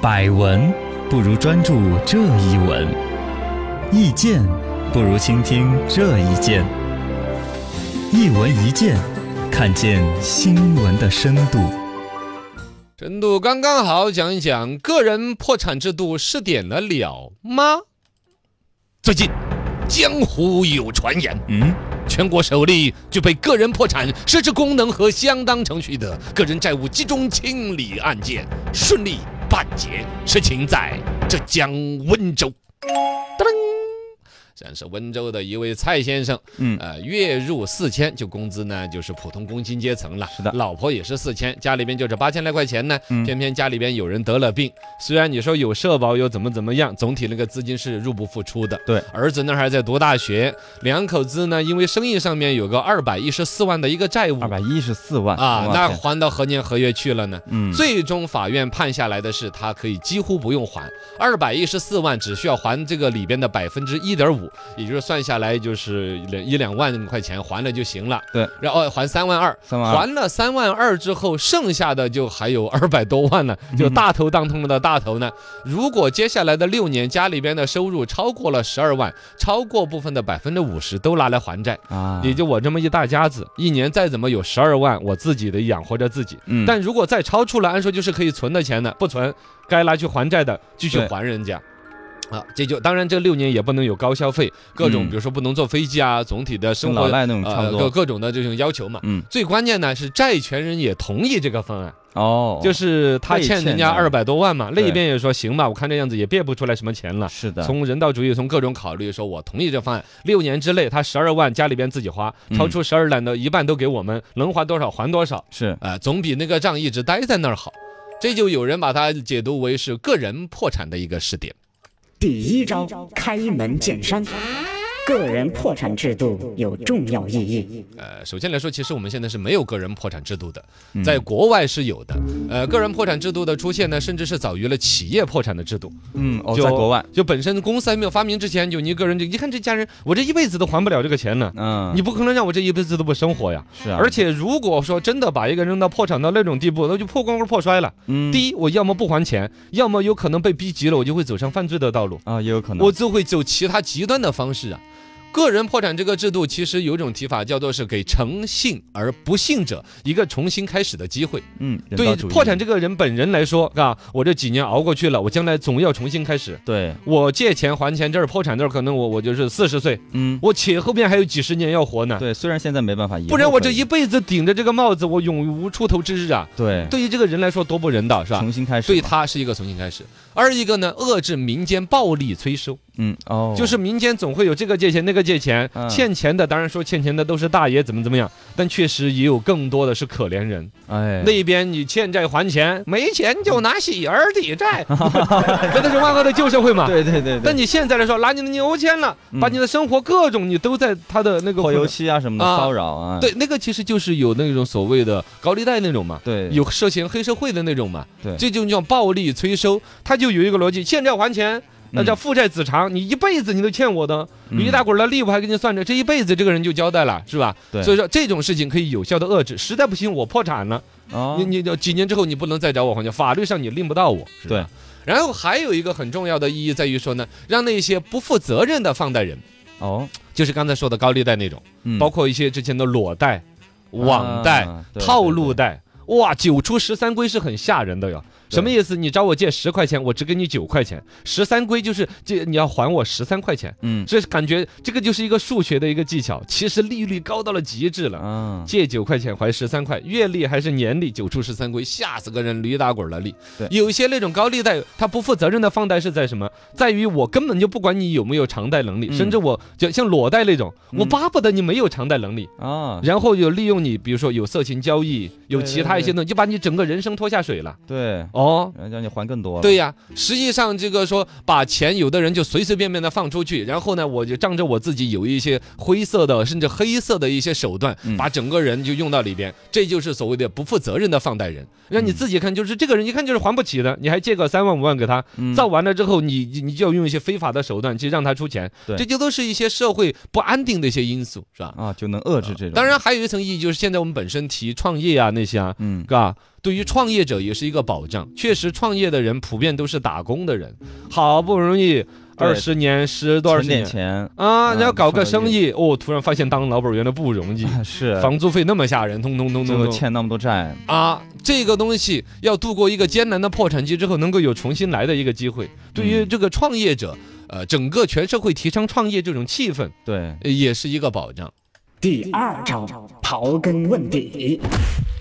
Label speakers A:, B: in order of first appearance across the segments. A: 百闻不如专注这一闻，意见不如倾听这一见。一闻一见，看见新闻的深度。
B: 深度刚刚好，讲一讲个人破产制度试点了了吗？最近，江湖有传言，
A: 嗯，
B: 全国首例具备个人破产实质功能和相当程序的个人债务集中清理案件顺利办结，实情在浙江温州。噔噔，这是温州的一位蔡先生，
A: 嗯
B: 呃，月入四千，就工资呢就是普通工薪阶层了，
A: 是的
B: 老婆也是四千，家里边就这八千来块钱呢，
A: 嗯
B: 偏偏家里边有人得了病，虽然你说有社保有怎么怎么样，总体那个资金是入不敷出的，
A: 对，
B: 儿子那还在读大学，两口子呢因为生意上面有个二百一十四万的一个债务
A: 二百一十四万
B: 啊，
A: 我
B: 那
A: 天
B: 还到何年何月去了呢？
A: 嗯
B: 最终法院判下来的是，他可以几乎不用还二百一十四万，只需要还这个里边的百分之一点五，也就是算下来就是两一两万块钱还了就行了。
A: 对，
B: 然后还三万二。
A: 三万二
B: 还了三万二之后，剩下的就还有二百多万呢，
A: 嗯
B: 就大头当头的大头呢。如果接下来的六年家里边的收入超过了十二万，超过部分的百分之五十都拿来还债，
A: 啊，
B: 也就我这么嗯一大家子，一年再怎么有十二万，我自己得养活着自己。
A: 嗯
B: 但如果再超出了，按说就是可以存的钱的，不存，该拿去还债的继续
A: 对
B: 还人家。啊，这就当然，这六年也不能有高消费，各种
A: 嗯
B: 比如说不能坐飞机啊，总体的
A: 跟
B: 生
A: 老
B: 活
A: 赖那种差
B: 呃
A: 不
B: 各
A: 多。
B: 各种的这种要求嘛。
A: 嗯，
B: 最关键呢是债权人也同意这个方案，
A: 哦，
B: 就是他
A: 被
B: 欠
A: 欠
B: 人家
A: 的
B: 二百多万嘛，另
A: 对
B: 一边也说行吧，我看这样子也变不出来什么钱了。
A: 是的，
B: 从人道主义，从各种考虑，说我同意这方案，六年之内他十二万家里边自己花，超
A: 嗯
B: 出十二万的一半都给我们，能还多少还多少，
A: 是
B: 呃，总比那个账一直待在那儿好。这就有人把它解读为是个人破产的一个试点。
C: 第一招开门见山，个人破产制度有重要意义。
B: 呃，首先来说，其实我们现在是没有个人破产制度的，
A: 嗯
B: 在国外是有的。呃，个人破产制度的出现呢，甚至是早于了企业破产的制度。
A: 嗯哦，在国外，
B: 就本身公司还没有发明之前，就你一个人就一看这家人，我这一辈子都还不了这个钱呢。
A: 嗯，
B: 你不可能让我这一辈子都不生活呀！
A: 是啊，
B: 而且如果说真的把一个扔到破产到那种地步，那就破罐破摔了。
A: 嗯
B: 第一，我要么不还钱，要么有可能被逼急了，我就会走上犯罪的道路，
A: 啊也有可能
B: 我就会走其他极端的方式啊。个人破产这个制度，其实有一种提法叫做是给诚信而不信者一个重新开始的机会。
A: 嗯人
B: 对
A: 道
B: 于
A: 主义
B: 破产这个人本人来说，啊，我这几年熬过去了，我将来总要重新开始。
A: 对
B: 我借钱还钱这儿破产这儿，可能我我就是四十岁，
A: 嗯
B: 我且后面还有几十年要活呢。
A: 对，虽然现在没办法，以
B: 嗯不
A: 后
B: 然我
A: 可
B: 这
A: 以
B: 一辈子顶着这个帽子，我永无出头之日啊！
A: 对
B: 对于这个人来说多不人道，是吧
A: 重？新开始
B: 对
A: 嘛
B: 他是一个重新开始。二一个呢，遏制民间暴力催收，
A: 嗯哦
B: 就是民间总会有这个借钱那个借钱
A: 嗯，
B: 欠钱的当然说欠钱的都是大爷怎么怎么样，但确实也有更多的是可怜人。
A: 哎
B: 那边你欠债还钱，没钱就拿喜儿抵债， 这都是万恶的旧社会嘛。
A: 对对对，
B: 但
A: 你
B: 你现在来说，拿你的牛钱了，把
A: 嗯
B: 你的生活各种你都在他的那个
A: 泼油漆啊什么的
B: 啊
A: 骚扰啊，
B: 对，那个其实就是有那种所谓的高利贷那种嘛，
A: 对
B: 有涉嫌黑社会的那种嘛，
A: 对
B: 这就叫暴力催收，它就有一个逻辑，欠债还钱。那叫父债子偿，你一辈子你都欠我的，
A: 嗯
B: 有一大捆儿的利，我还给你算着，这一辈子这个人就交代了，是吧？
A: 对
B: 所以说这种事情可以有效的遏制，实在不行我破产了，
A: 哦
B: 你你你几年之后你不能再找我还钱，法律上你令不到我，是吧
A: 对。
B: 然后还有一个很重要的意义在于说呢，让那些不负责任的放贷人，
A: 哦
B: 就是刚才说的高利贷那种。
A: 嗯
B: 包括一些之前的裸贷、网贷、
A: 啊对
B: 套
A: 对
B: 路
A: 对
B: 贷。哇，九出十三归是很吓人的哟。
A: 对
B: 什么意思？你找我借十块钱，我只给你九块钱；十三归就是这你要还我十三块钱。
A: 嗯
B: 这感觉这个就是一个数学的一个技巧，其实利率高到了极致了。
A: 啊
B: 借九块钱还十三块，月利还是年利，九出十三归，吓死个人，驴打滚儿了利
A: 对。
B: 有一些那种高利贷，它不负责任的放贷是在什么？在于我根本就不管你有没有偿贷能力，
A: 嗯
B: 甚至我就像裸贷那种，我
A: 嗯
B: 巴不得你没有偿贷能力。
A: 啊
B: 然后有利用你，比如说有色情交易，有
A: 对
B: 其他一
A: 对
B: 些东西，就把你整个人生拖下水了。
A: 对，
B: 哦，
A: 然后叫你还更多了
B: 对呀，实际上这个说把钱，有的人就随随便便的放出去，然后呢，我就仗着我自己有一些灰色的甚至黑色的一些手段
A: 嗯，
B: 把整个人就用到里边，这就是所谓的不负责任的放贷
A: 嗯
B: 人，让你自己看就是这个人一看就是还不起的，你还借个三万五万给他，
A: 嗯
B: 造完了之后，你你你就要用一些非法的手段去让他出钱，
A: 对
B: 这就都是一些社会不安定的一些因素，是吧？
A: 啊就能遏制这种
B: 当然还有一层意义，就是现在我们本身提创业啊那些啊，
A: 嗯
B: 嘎，对于创业者也是一个保障。确实，创业的人普遍都是打工的人，好不容易二十年、十多二
D: 存
B: 十
D: 点
B: 年
D: 钱
B: 啊，
D: 嗯
B: 然后搞个
D: 创
B: 生
D: 个
B: 意，哦，突然发现当老板原来不容易，
D: 是，
B: 房租费那么吓人，通通通
D: 最
B: 通
D: 后
B: 通。
D: 欠那么多债，
B: 啊，这个东西要度过一个艰难的破产期之后，能够有重新来的一个机会。对
D: 嗯
B: 于这个创业者，呃，整个全社会提倡创业这种气氛，
D: 对，
B: 呃也是一个保障。
C: 第二招，刨根问底。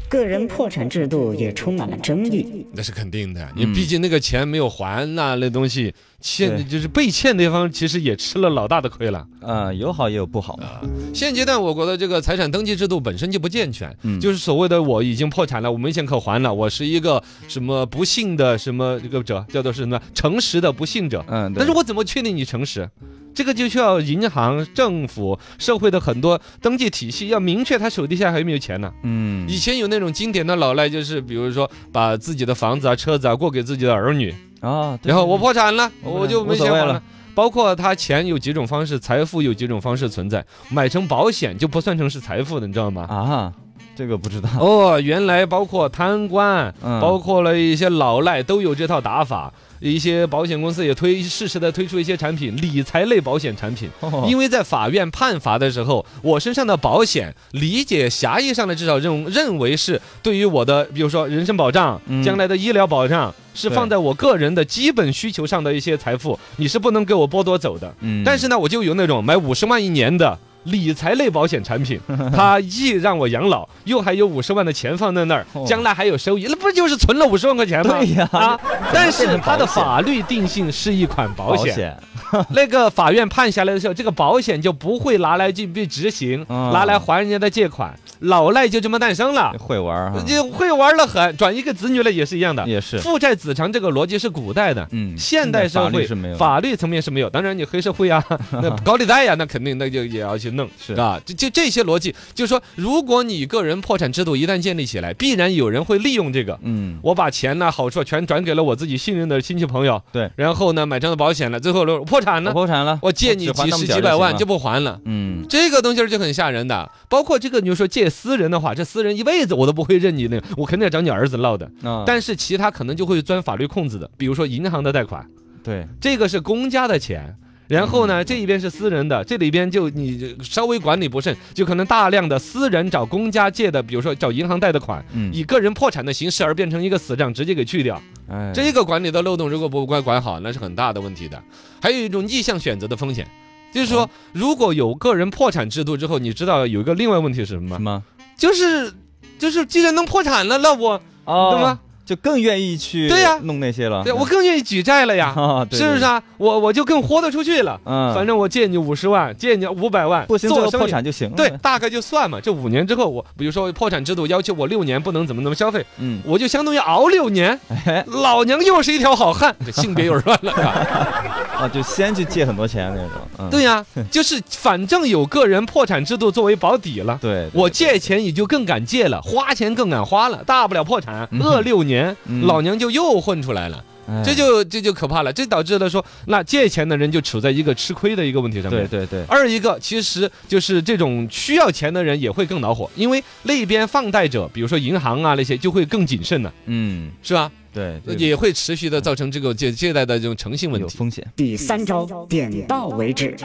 C: 个人破产制度也充满了争议，
B: 那是肯定的，你
D: 嗯
B: 毕竟那个钱没有还呐、那东西
D: 对
B: 欠就是被欠那方其实也吃了老大的亏了。
D: 呃，有好也有不好，
B: 啊现阶段我国的这个财产登记制度本身就不健全，
D: 嗯
B: 就是所谓的我已经破产了，我没钱可还了，我是一个什么不幸的什么这个者，叫做是什么诚实的不幸者。
D: 嗯，对
B: 但是我怎么确定你诚实？这个就需要银行、政府、社会的很多登记体系要明确他手底下还有没有钱呢、
D: 嗯
B: 以前有那种经典的老赖，就是比如说把自己的房子啊、车子啊过给自己的儿女，
D: 啊，对
B: 然后我破产了，
D: 我不
B: 我就
D: 无
B: 没
D: 所
B: 钱
D: 谓
B: 还
D: 了
B: 了。包括他钱有几种方式，财富有几种方式存在，买成保险就不算成是财富的，你知道吗？
D: 啊，这个不知道，
B: 哦，原来包括贪官，
D: 嗯
B: 包括了一些老赖都有这套打法，一些保险公司也推适时的推出一些产品，理财类保险产品。
D: 哦
B: 因为在法院判罚的时候，我身上的保险理解狭义上的至少认认为是对于我的，比如说人身保障、
D: 嗯
B: 将来的医疗保障，是
D: 对
B: 放在我个人的基本需求上的一些财富，你是不能给我剥夺走的。
D: 嗯
B: 但是呢，我就有那种买五十万一年的理财类保险产 品，它既让我养老，又还有五十万的钱放在那儿
D: 哦，
B: 将来还有收益，那不就是存了五十万块钱吗？
D: 对呀
B: 啊，但
D: 变
B: 是
D: 成
B: 它的
D: 保险
B: 法律定性是一款保
D: 保
B: 险， 那个法院判下来的时候，这个保险就不会拿来去被执行，
D: 嗯
B: 拿来还人家的借款，老赖就这么诞生了，
D: 会玩儿哈，
B: 就会玩的很，转移给子女了也是一样的。
D: 嗯也是，
B: 父债子偿这个逻辑是古代的，
D: 嗯，
B: 现代社
D: 法律
B: 会
D: 是没有的，
B: 法律层面是没有，当然你黑社会 啊，那高利贷呀、那肯定那就也要去弄，
D: 是
B: 吧？就就这些逻辑，就是说，如果你个人破产制度一旦建立起来，必然有人会利用这个。
D: 嗯，
B: 我把钱呢、好处全转给了我自己信任的亲戚朋友，
D: 对，
B: 然后呢买张的保险了，最后我破产
D: 我
B: 了，
D: 破产 了，
B: 我借你
D: 只还
B: 几
D: 那么
B: 十
D: 点儿
B: 几百万
D: 行
B: 就
D: 了
B: 不还了。
D: 嗯，
B: 这个东西儿就很吓人的，包括这个，你就说借私人的话，这私人一辈子我都不会认你那，我肯定要找你儿子闹的。
D: 啊
B: 但是其他可能就会钻法律空子的，比如说银行的贷款，
D: 对，
B: 这个是公家的钱，然后呢这一边是私人的，这里边就你稍微管理不慎，就可能大量的私人找公家借的，比如说找银行贷的款，
D: 嗯，
B: 以个人破产的形式而变成一个死账，直接给去掉。
D: 哎，
B: 这个管理的漏洞如果不管管好，那是很大的问题的。还有一种逆向选择的风险，就是
D: 哦
B: 说，如果有个人破产制度之后，你知道有一个另外问题是什么吗？
D: 什么？
B: 就是，就是，既然能破产了，那我
D: 哦，
B: 懂吗？
D: 就更愿意去
B: 对呀
D: 弄那些了，
B: 对 我更愿意举债了呀，
D: 啊，对
B: 是不是？
D: 对
B: 啊？我我就更豁得出去了。
D: 嗯，
B: 反正我借你五十万，借你五百万，
D: 不行，
B: 做
D: 最后
B: 生
D: 破
B: 意
D: 产嗯就行了，
B: 对，，大概就算嘛。这五年之后，我比如说破产制度要求我六年不能怎么怎么消费，
D: 嗯，
B: 我就相当于熬六年，
D: 哎，
B: 老娘又是一条好汉，这性别有点乱了。是吧
D: 啊，就先去借很多钱那种，嗯，
B: 对呀、就是反正有个人破产制度作为保底了。
D: 对，对
B: 我借钱也就更敢借了，花钱更敢花了，大不了破产，
D: 嗯
B: 饿六年，
D: 嗯
B: 老娘就又混出来了，
D: 哎
B: 这就这就可怕了，这导致了说，那借钱的人就处在一个吃亏的一个问题上面。
D: 对对对，
B: 二一个其实就是这种需要钱的人也会更恼火，因为那边放贷者，比如说银行啊那些，就会更谨慎了，
D: 嗯，
B: 是吧？
D: 对，这
B: 也会持续的造成这个借借贷的这种诚信问
D: 有
B: 题。
D: 风险，
C: 第三招点到为止。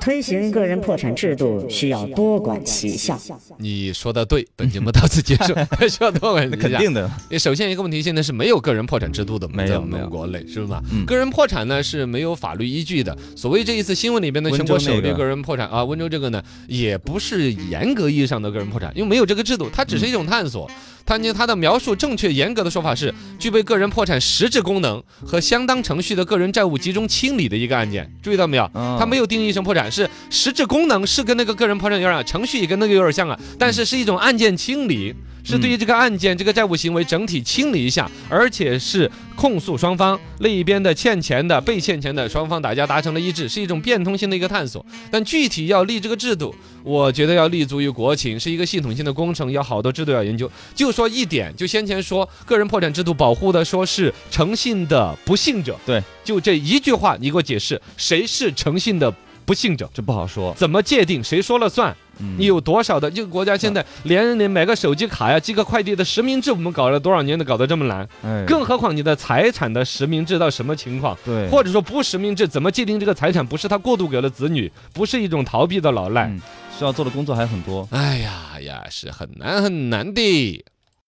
C: 推行个人破产制度需要多管齐下，
B: 你说的对，本节目到此结 束，需要多管
D: 那
B: 闲
D: 肯
B: 下
D: 定的，
B: 也首先一个问题，现在是没有个人破产制度的嘛，
D: 没有
B: 在我
D: 没
B: 们
D: 有
B: 国内是吧？
D: 嗯
B: 个人破产呢是没有法律依据的。所谓这一次新闻里边的
D: 温
B: 全
D: 州
B: 国首
D: 那
B: 例
D: 个
B: 个人破产啊，温州这个呢也不是严格意义上的个人破产，因为没有这个制度，它只是一种探索。它呢，它的描述正确严格的说法是具备个人破产实质功能和相当程序的个人债务集中清理的一个案件，注意到没有？
D: 嗯
B: 它没有定义成破产，是实质功能是跟那个个人破产有点像，程序也跟那个有点像啊，但是是一种案件清理，是对于这个案件、这个债务行为整体清理一下，而且是控诉双方那一边的欠钱的、被欠钱的双方大家达成了一致，是一种变通性的一个探索。但具体要立这个制度，我觉得要立足于国情，是一个系统性的工程，有好多制度要研究。就说一点，就先前说个人破产制度保护的，说是诚信的不幸者，
D: 对，
B: 就这一句话，你给我解释谁是诚信的不信者。
D: 这不好说。
B: 怎么界定？谁说了算？
D: 嗯
B: 你有多少的？这个国家现在连你买个手机卡呀、寄个快递的实名制，我们搞了多少年都搞得这么难，
D: 哎
B: 更何况你的财产的实名制到什么情况？
D: 对，
B: 或者说不实名制，怎么界定这个财产不是他过度给了子女，不是一种逃避的老赖？
D: 嗯需要做的工作还很多。
B: 哎呀呀，是很难很难的。